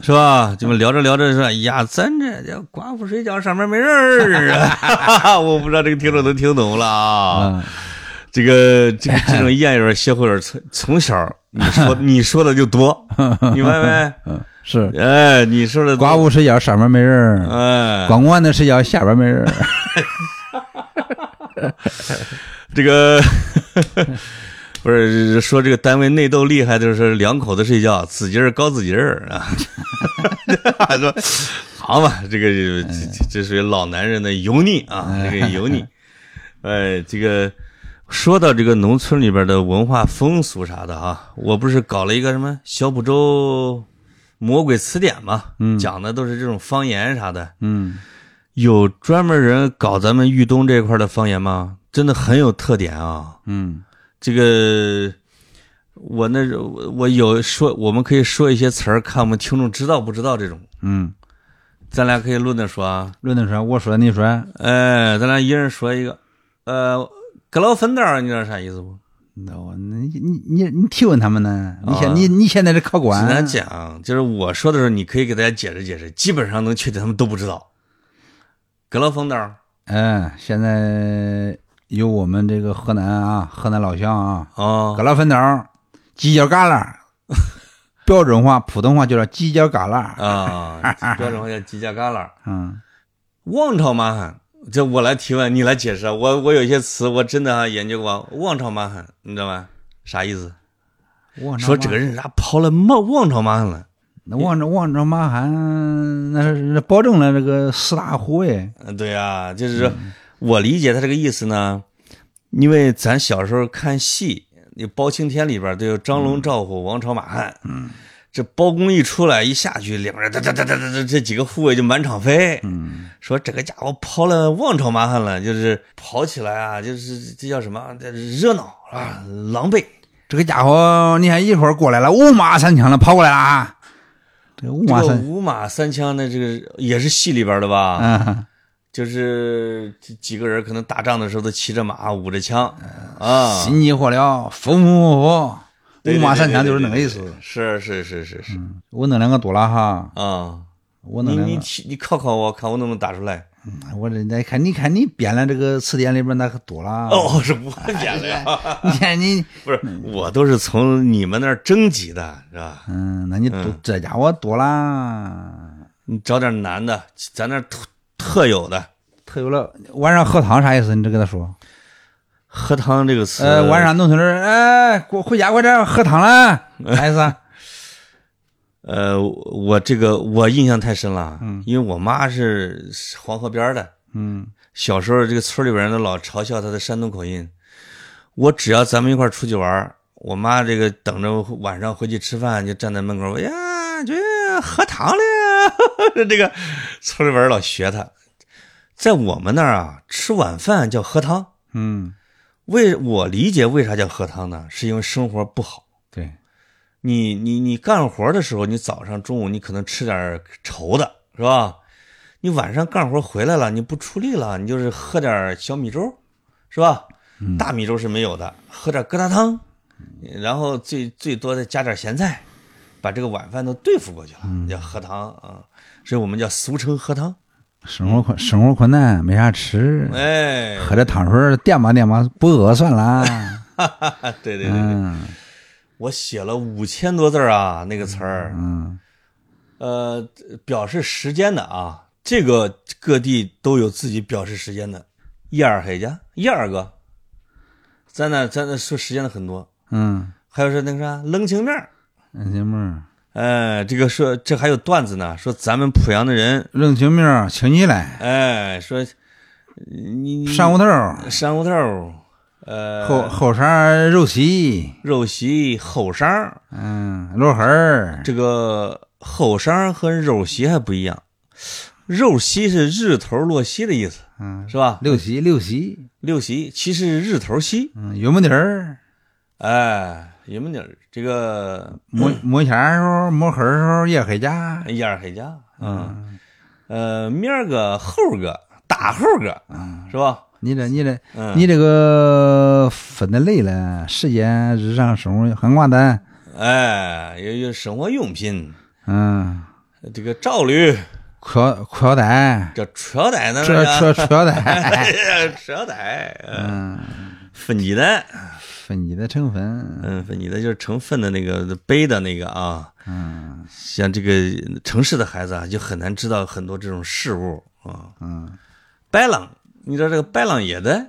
是吧？你们聊着聊着说，哎呀，咱这叫寡妇睡觉上面没人儿啊！我不知道这个听众能听懂了啊。
啊，
这个这个这种谚语、歇后语，从从小你说你说的就
[laughs]
多，你明白
是
没？哎，你说的多
寡，妇睡觉上面没人儿，
哎，
光棍子睡觉下边没人儿。
这个 [laughs] 不是说这个单位内斗厉害，就是两口子睡觉，子鸡儿高子鸡儿啊。说好吧，这个这这属于老男人的油腻啊，这个油腻。哎，这个说到这个农村里边的文化风俗啥的啊，我不是搞了一个什么小浦州魔鬼词典嘛，讲的都是这种方言啥的。
嗯，
有专门人搞咱们豫东这块的方言吗？真的很有特点啊！
嗯，
这个我那我我有说，我们可以说一些词儿，看我们听众知道不知道这种。
嗯，
咱俩可以论着说啊，
论的说，我说你说，
哎，咱俩一人说一个，呃，格劳芬道，你知道啥意思不？
那我你你你你提问他们呢？你
啊
现你你现在是客观
简，单讲，就是我说的时候，你可以给大家解释解释，基本上能确定他们都不知道。格劳芬道
嗯，现在有我们这个河南啊，河南老乡啊，
啊
葛，拉芬岛犄角旮旯，标准化普通话就叫犄角旮旯。
啊，标准话叫犄角旮旯。
嗯，
望潮蛮汉，这我来提问，你来解释啊。我我有一些词我真的研究过，望潮蛮汉，你知道吗？啥意思？
望
说这个人咋跑了望望潮蛮汉了？
望着望着马喊，那是保证了这个四大护卫。
嗯，对啊，就是说
嗯
我理解他这个意思呢，因为咱小时候看戏，那包青天里边都有张
嗯
龙、赵虎、王朝、马汉，嗯，这包公一出来一下去，里边哒哒哒哒哒哒，这几个护卫就满场飞，
嗯，
说这个家伙跑了望朝马汉了，就是跑起来啊，就是这叫什么这热闹啊，狼狈。
这个家伙，你看一会儿过来了，五马三枪的跑过来了啊！这个五
这
马
个
三，
五马三枪的这个也是戏里边的吧？
嗯，
就是几几个人可能打仗的时候都骑着马，舞着枪啊，
心急火燎，风风火火，
对
五马三枪就是那个意。
对对对
思
对。是是是是是
我弄两个多了哈，
啊！
我弄
你
两
你
个，
提你考考我，看我能不能打出来。
我这来看，你看你编了这个词典里边那可多了。，
哦，是我 [laughs] 演的呀，
[laughs] 你看你。
不是我都是从你们那儿征集的，是吧？
嗯，那你多、这家伙多啦，
你找点难的，咱那儿特特有的。
特有了。晚上喝汤啥意思？你这跟他说。
喝汤这个词，
呃，晚上农村人，哎，过回家快点喝汤了，啥意
[laughs]
思啊？
呃，我这个我印象太深了，嗯，因为我妈是黄河边儿的，
嗯，
小时候这个村里边人都老嘲笑她的山东口音。我只要咱们一块儿出去玩儿，我妈这个等着晚上回去吃饭，就站在门口，哎呀，这喝汤了， [laughs] 这个村里边人老学她。在我们那儿啊，吃晚饭叫喝汤。
嗯，
为我理解为啥叫喝汤呢？是因为生活不好。
对，
你你你干活的时候，你早上、中午你可能吃点稠的，是吧？你晚上干活回来了，你不出力了，你就是喝点小米粥，是吧？大米粥是没有的，喝点疙瘩汤，然后最最多再加点咸菜，把这个晚饭都对付过去了，叫喝汤啊。所以我们叫俗称喝汤。
生活困生活困难，没啥吃，
哎，
喝点汤水儿垫吧垫吧，不饿算啦。
啊 [laughs] 对对对对，
嗯
我写了五千多字儿啊，那个词儿。
嗯，
呃，表示时间的啊，这个各地都有自己表示时间的。一二黑家，一二个，咱那咱那说时间的很多，
嗯，
还有说那个啥冷清面儿，
冷清面儿，
哎、这个说这还有段子呢，说咱们濮阳的人，
冷清面儿，请你来，
哎、说你你
山
屋
胡同儿，
山屋头儿，呃，
后后山儿肉席，
肉席后茬儿，
嗯，摞黑儿，
这个后茬儿和肉席还不一样，肉席是日头落西的意思，
嗯，
是吧？
六席六席，
六席其实是日头西，
嗯，油焖底儿。
哎，有没有点儿这个
磨磨钱儿时候，磨黑儿时候也黑家。
燕儿黑家？嗯，呃，明儿个后儿个大后儿个，
嗯
是吧？
你这你这、
嗯
你这个分的类了，时间、日常生活很寡淡。
哎，有有生活用品，
嗯，
这个罩履，
裤裤腰带，
这车带呢？
这
那
车
[laughs] 个
车腰 [laughs] 带，
车带，嗯，
嗯，
分级的，
分你的成分。
嗯，分级的就是成分的那个背的那个啊，
嗯
像这个城市的孩子啊，就很难知道很多这种事物啊。
嗯，
白狼，你知道这个白狼野的？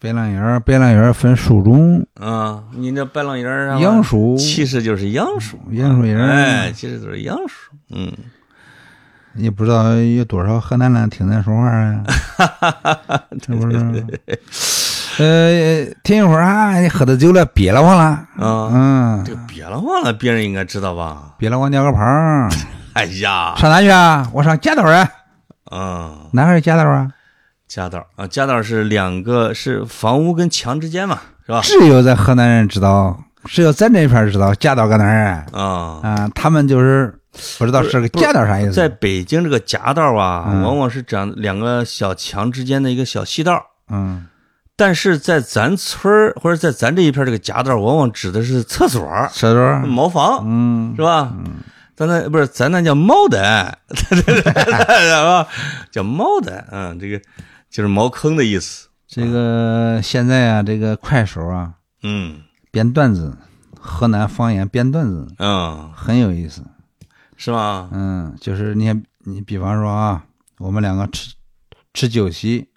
白浪眼儿，白浪眼儿分树种，
啊，你这白浪营儿啊，
杨树
其实就是杨树，
杨树营儿
哎，其实就是杨树，嗯，
也不知道有多少河南人听咱说话 [laughs] 啊，这不是？呃，听一会儿啊，你喝的酒了，憋了慌了，
啊
嗯，
这个别了忘了，别人应该知道吧？
憋了慌尿个泡儿。
哎呀，
上哪去啊？我上夹道啊，
嗯，
哪还是夹道啊？
夹道啊，夹道是两个是房屋跟墙之间嘛，是吧？
只有咱河南人知道，只有咱这片儿知道夹道搁哪儿啊？
啊，
啊，他们就是不知道是个夹道啥意思。
在北京这个夹道啊，
嗯
往往是长两个小墙之间的一个小细道，
嗯
但是在咱村儿或者在咱这一片儿这个夹道儿，往往指的是厕所儿、
车多，
茅房，
嗯，
是吧？咱那不是咱那叫猫的， [laughs] 是吧？叫猫的，嗯，这个就是茅坑的意思。
这个现在啊，这个快手啊，
嗯
编段子，河南方言编段子
嗯，
很有意思。
是吗？
嗯，就是你看，你比方说啊，我们两个吃吃酒席，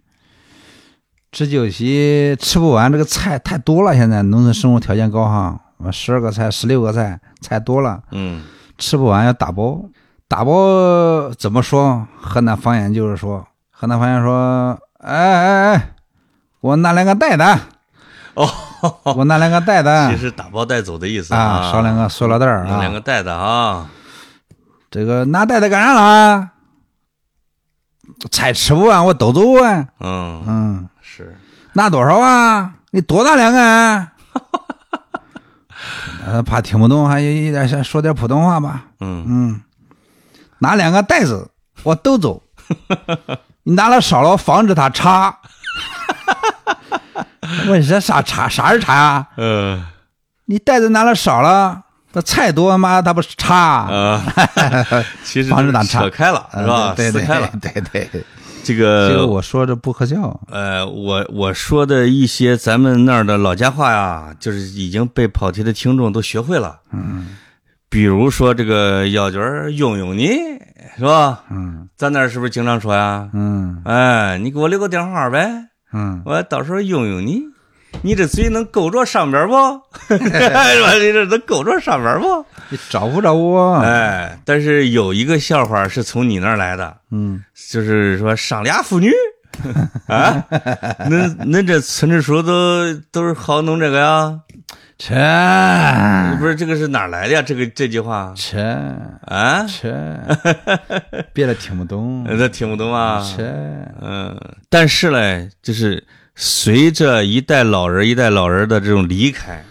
吃酒席吃不完，这个菜太多了。现在农村生活条件高哈，我十二个菜、十六个菜，菜多了，
嗯
吃不完要打包。打包怎么说？河南方言就是说，河南方言说，哎哎哎，给我拿两个袋子，啊
哦，
给 [laughs] 我拿两个袋子
其实打包带走的意思
嗯啊，少两个塑料袋儿
弄
啊
两，个袋子啊。
这个拿袋子干啥啦？菜吃不完，我兜走啊。
嗯，
嗯，
是
拿多少啊？你多拿两个、啊。 [laughs] 呃，怕听不懂，还有一点想说点普通话吧。
嗯
嗯，拿两个袋子，我都
[laughs]
走。你拿了少了，防止他查。 [laughs] 问这啥查？啥是啊查呀？
呃
你袋子拿了少了，那菜多妈他不是查？
啊， [laughs] 其实
防止打岔
扯开了是吧？
嗯对
撕
对
开了。
[laughs]
呃
对对对，
这
这个
个
我说这不可笑。
呃，我我说的一些咱们那儿的老家话呀，就是已经被跑题的听众都学会了。嗯，比如说这个要角儿用用你是吧？
嗯
咱那儿是不是经常说呀？
嗯
哎，你给我留个电话呗，
嗯，
我到时候用用你。你这嘴能够着上
[laughs]
边不？是吧？你这能够着上边不？
你找不着我？
哎，但是有一个笑话是从你那儿来的，
嗯，
就是说赏俩妇女啊，恁恁这村支书都都是好弄这个呀？
切
不是这个是哪儿来的呀？这个这句话
切
啊，
切，别的听不懂。
这听不懂啊？
切，
嗯，但是嘞，就是随着一代老人一代老人的这种离开，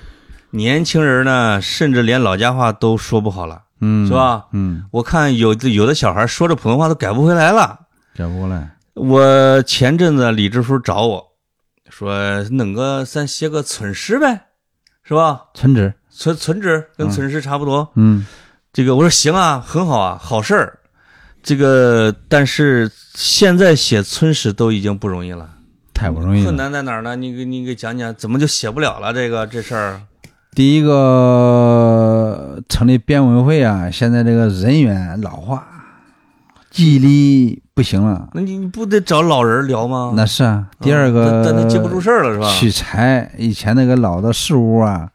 年轻人呢，甚至连老家话都说不好了，
嗯，
是？吧？
嗯，
我看有的有的小孩说着普通话都改不回来了。
这不嘞？
我前阵子李支书找我说，弄个咱写个村史呗，是吧？
村职，
村村址跟村史差不多。
嗯
这个我说行啊，很好啊，好事儿。这个但是现在写村史都已经不容易了，
太不容易
困
了。
难在哪儿呢？你给你给讲讲，怎么就写不了了？这个这事儿，
第一个成立编委会啊，现在这个人员老化，记忆力不行了，
那你你不得找老人聊吗？
那是啊。第二
嗯
个，
但但他接不住事儿了是吧？
取材，以前那个老的事物啊，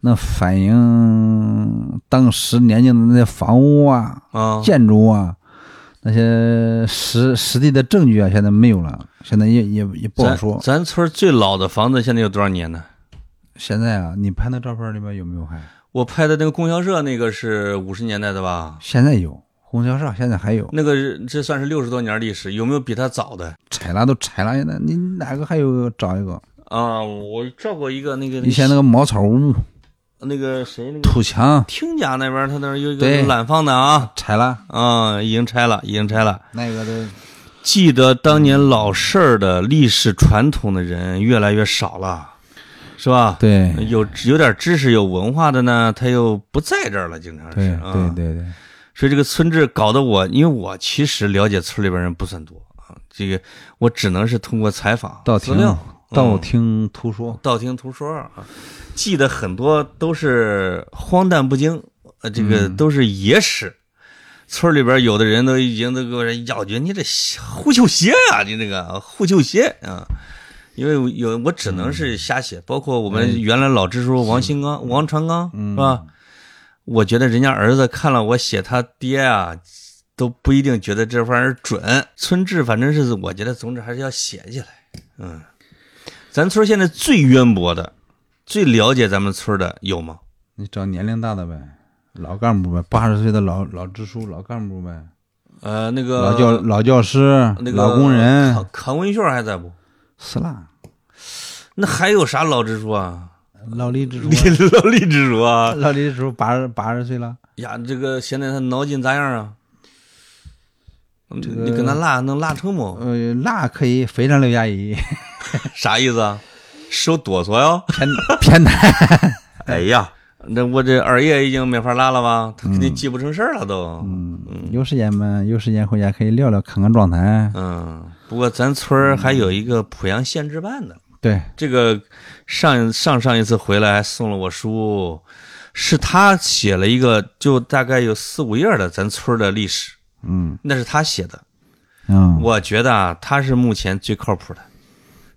那反映当时年轻的那房屋啊、
啊，
建筑啊，那些实实地的证据啊，现在没有了，现在也也也不好
咱
说。
咱村儿最老的房子现在有多少年呢？
现在啊，你拍那照片里面有没有还？
我拍的那个供销社那个是五十年代的吧？
现在有红桥上，现在还有
那个是这算是六十多年历史，有没有比它早的？
拆了都拆了，现在你哪个还有找一个？
啊，我照过一个那个
以前那个茅草屋、
那个谁那个
土墙
听家那边，他那儿有一个
对
懒放的啊，
拆了，
啊，已经拆了，已经拆了。
那个都
记得当年老事儿的历史传统的人越来越少了，是吧？
对
有有点知识、有文化的呢，他又不在这儿了，经常是。
对
啊
对对对，
所以这个村治搞得我，因为我其实了解村里边人不算多啊，这个我只能是通过采访、
道
资
听啊
料、
道
嗯
听途说，
道听途说啊，记得很多都是荒诞不经，呃，这个都是野史。村里边有的人都已经都哎给我人要觉，你这狐臭鞋呀、啊你这个狐臭鞋啊！因为有我只能是瞎写，包括我们原来老支书王新刚、王传刚是吧？我觉得人家儿子看了我写他爹啊，都不一定觉得这玩意儿准。村志反正是我觉得，总之还是要写起来。嗯，咱村现在最渊博的、最了解咱们村的有吗？
你找年龄大的呗，老干部呗，八十岁的老老支书、老干部呗，
呃，那个
老教老教师、
那个
老工人
康，康文秀还在不？
是啦，
那还有啥老支书啊？
老李
[laughs]
支书，
老 [laughs] 李支书啊？
老李支书八十八十岁了，
呀，这个现在他脑筋咋样啊？嗯
这个
你跟他拉能拉成不？
[laughs] 呃，那可以非常刘亚姨，
啥意思啊？手哆嗦哟。
偏偏南，
哎呀，嗯那我这二爷已经没法拉了吧？他肯定记不成事儿了都。
嗯有时间嘛，有时间回家可以聊聊，看看状态。
嗯，不过咱村儿还有一个濮阳县志办的，
对，
这个上上上一次回来还送了我书，是他写了一个，就大概有四五页的咱村儿的历史，
嗯
那是他写的。
嗯，
我觉得啊，他是目前最靠谱的，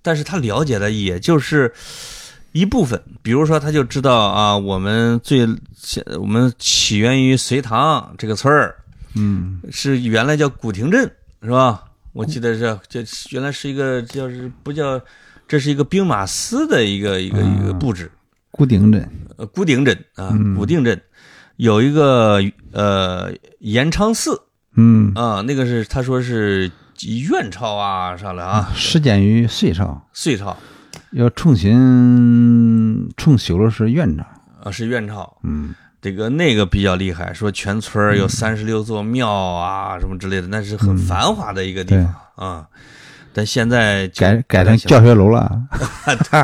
但是他了解的也就是一部分，比如说他就知道啊，我们最我们起源于隋唐这个村儿，
嗯，
是原来叫古亭镇，是吧？我记得是这原来是一个叫是不叫，这是一个兵马司的一个一个一个
嗯
布置，
固定的，
呃，古鼎镇啊，
嗯
古定镇有一个呃延昌寺
嗯，
啊，那个是他说是元朝啊啥了啊，
始建于隋朝，
隋朝
要重新重修了是元朝。
啊是元朝，
嗯，
这个那个比较厉害，说全村儿有三十六座庙啊什么之类的，那是
嗯
很繁华的一个地方啊。但现在就
改改
不太
成
行
教学楼了。啊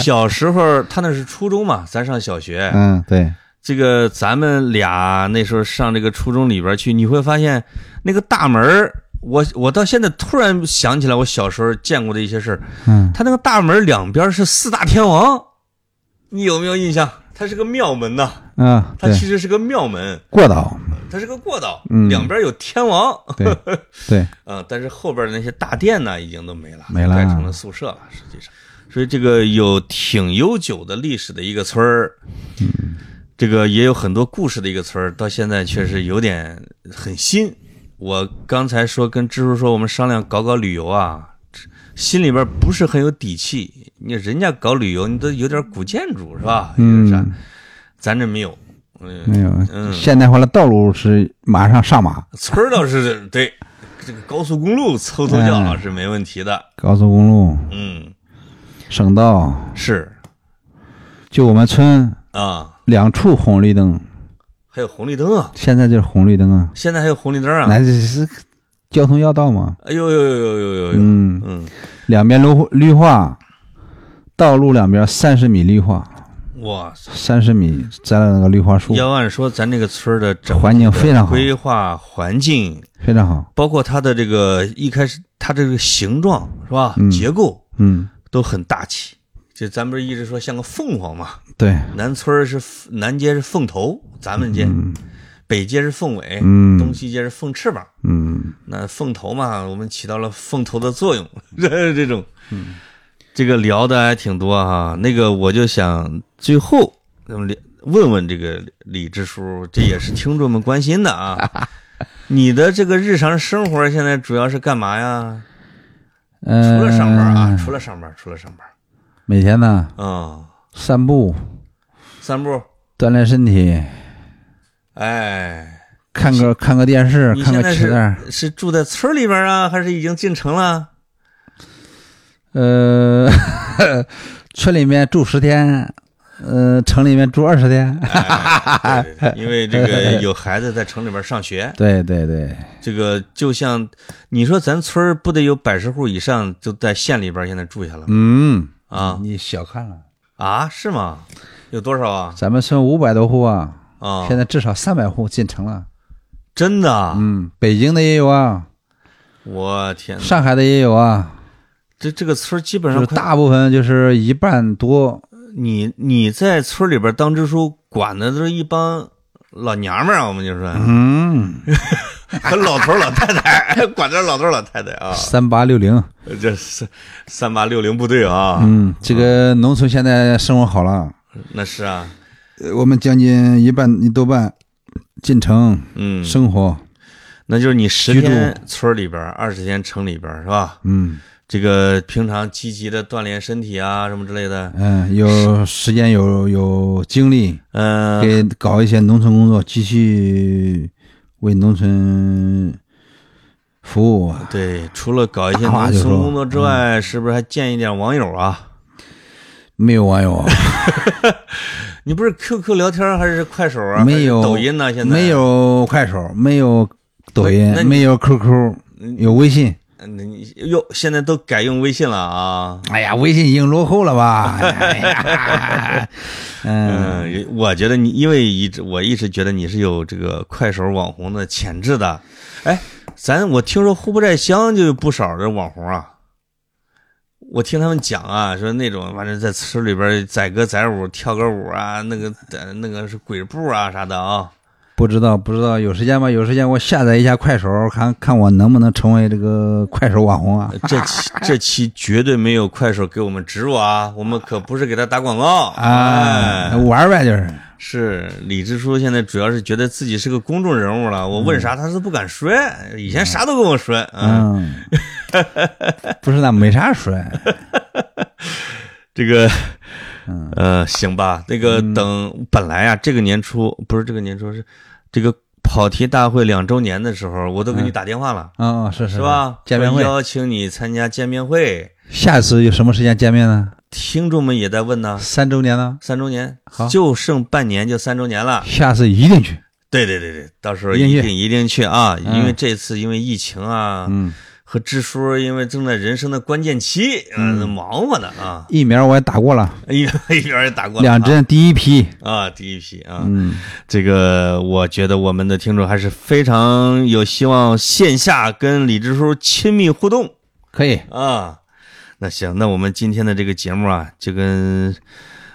小时候他那是初中嘛，咱上小学，
哎嗯，对，
这个咱们俩那时候上这个初中里边去，你会发现那个大门儿我我到现在突然想起来，我小时候见过的一些事儿。
嗯，
他那个大门两边是四大天王，你有没有印象？它是个庙门呐，
啊，
它
对，
其实是个庙门，
过道，
它是个过道，
嗯
两边有天王， [laughs]
对对，
嗯，但是后边那些大殿呢，已经都没了，
没了啊
改成了宿舍了。实际上，所以这个有挺悠久的历史的一个村儿，
嗯
这个也有很多故事的一个村儿，到现在确实有点很新。我刚才说跟支书说，我们商量搞搞旅游啊，心里边不是很有底气。你人家搞旅游，你都有点古建筑是吧？有点啥
嗯，
咱这没有。嗯，
没
嗯
有现代化的道路是马上上马，
村儿倒是对，这个高速公路 [laughs] 凑
哎
凑叫了是没问题的。
高速公路、
嗯，
省道，
是
就我们村
啊，
两处红绿灯，
还有红绿灯啊，
现在就是红绿灯啊，
现在还有红绿灯啊
那。这是交通要道嘛。
哎呦呦呦呦呦呦呦，
嗯，
嗯，
两边绿绿化，道路两边三十米绿化，
哇塞！
三十米栽了那个绿化树，
要按说咱这个村儿的整
环境啊非常好，
规划环境，
非常好。
包括它的这个一开始它这个形状是吧，
嗯
结构
嗯，
都很大气。这咱不是一直说像个凤凰嘛？
对，
南村儿是南街是凤头，咱们街；北街是凤尾，
嗯
东西街是凤翅膀。
嗯，
那凤头嘛，我们起到了凤头的作用， [laughs] 这种，
嗯
这个聊的还挺多哈、那个我就想最后咱们聊问问这个李支书，这也是听众们关心的
[laughs]
啊。你的这个日常生活现在主要是干嘛呀？除
呃，
了上班啊，除了上班，除了上班，
每天呢
嗯，
散步，
散步，
锻炼身体，
哎，
看个看个电视，
你
看
现
个
在
吃的。
是是住在村里边啊，还是已经进城了？
呃， [laughs] 村里面住十天，呃，城里面住二
[laughs]
十天。啊
哎对对对因为这个
[laughs]
有孩子在城里边上学，
对对对，
这个就像你说，咱村儿不得有百十户以上就在县里边儿现在住下了吗
嗯，
啊
你小看了，
啊？是吗？有多少啊？
咱们村五百多户啊，
啊，
现在至少三百户进城了。
真的啊，
嗯，北京的也有啊，
我天哪，
上海的也有啊，
这这个村儿基本
就
上
是
快
大部分就是一半多。
你你在村儿里边儿当支书，管的都是一帮老娘们儿啊，我们就说
嗯，
和老头儿老太太， [laughs] 管着老头儿老太太啊，
三八六零。
这是三八六零部队啊，
嗯，这个农村现在生活好了，
那是啊，
呃我们将近一半一多半进城
嗯，
生活。
那就是你十
居住
天村儿里边儿，二十天城里边儿是吧？
嗯
这个平常积极的锻炼身体啊，什么之类的，
嗯，有时间有有精力，
嗯、
给搞一些农村工作，继续为农村服务啊。
对，除了搞一些
大话
农
就
村
说嗯
工作之外，是不是还见一点网友啊？
没有网友，
你不是 QQ 聊天还是快手啊？
没有
还是抖音呢、现在
没有快手，没有抖
那
音，
你
没有 QQ，
嗯
有微信。
嗯，你哟，现在都改用微信了啊。
哎呀，微信已经落后
[laughs]
了吧？哎呀，嗯，
嗯，我觉得你，因为一直我一直觉得你是有这个快手网红的潜质的。哎，咱我听说户部寨乡就有不少的网红啊。我听他们讲啊，说那种反正在村里边载歌载舞、跳个舞啊，那个呃那个是鬼步啊啥的啊。
不知道不知道，有时间吧？有时间我下载一下快手，看看我能不能成为这个快手网红啊？
这期这期绝对没有快手给我们植入啊，我们可不是给他打广告哎
啊，玩儿呗，就是。
是李支书现在主要是觉得自己是个公众人物了，我问啥他都不敢说，以前啥都跟我说，嗯，
嗯，
[laughs]
不是那没啥说，
这个，
嗯
呃，行吧，那个等本来啊，这个年初不是这个年初是这个跑题大会两周年的时候，我都给你打电话了，
嗯嗯是是
是吧？
见面会，
邀请你参加见面会，
下次有什么时间见面呢？
听众们也在问呢，
三周年呢？
三周年
好，
就剩半年就三周年了。
下次一定去。
对对对对，到时候
一定
一
去
定一定去啊！
嗯
因为这次因为疫情啊，
嗯，
和支书因为正在人生的关键期，嗯、忙活呢啊，
疫苗我也打过了，
一 [laughs] 一边也打过了啊
两针第一批。
啊，第一批啊，
嗯，
这个我觉得我们的听众还是非常有希望线下跟李支书亲密互动
可以。
啊。那行，那我们今天的这个节目啊，就跟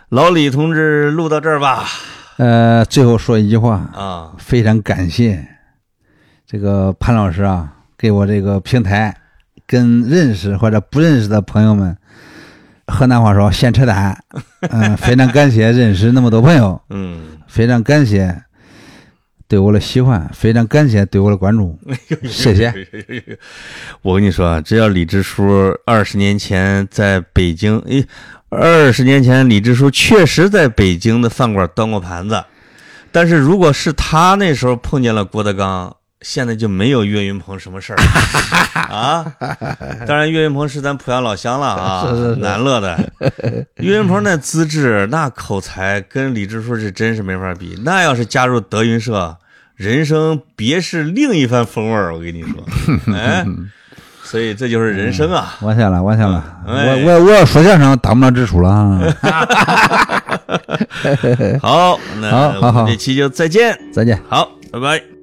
老李同志录到这儿吧
呃，最后说一句话，
啊，
非常感谢这个潘老师啊，给我这个平台跟认识或者不认识的朋友们，河南话说先扯淡。嗯，非常感谢认识那么多朋友。
嗯，
非常感谢对我的喜欢，非常感谢对我的关注，谢谢。
[laughs] 我跟你说啊，只要李支书二十年前在北京，诶，二十年前李支书确实在北京的饭馆端过盘子，但是如果是他那时候碰见了郭德纲，现在就没有岳云鹏什么事儿
[laughs]
了啊。当然，岳云鹏是咱濮阳老乡了啊，
[laughs] 是是是
南乐
[laughs]
的。岳云鹏那资质、那口才，跟李支书是真是没法比。那要是加入德云社，人生别是另一番风味儿。我跟你说，哎，所以这就是人生啊。
完事了，完事了，
哎
我我我要说相声当不了支出了啊！
好，那
好好
我们
好
这期就再见。
再见。
好，拜拜。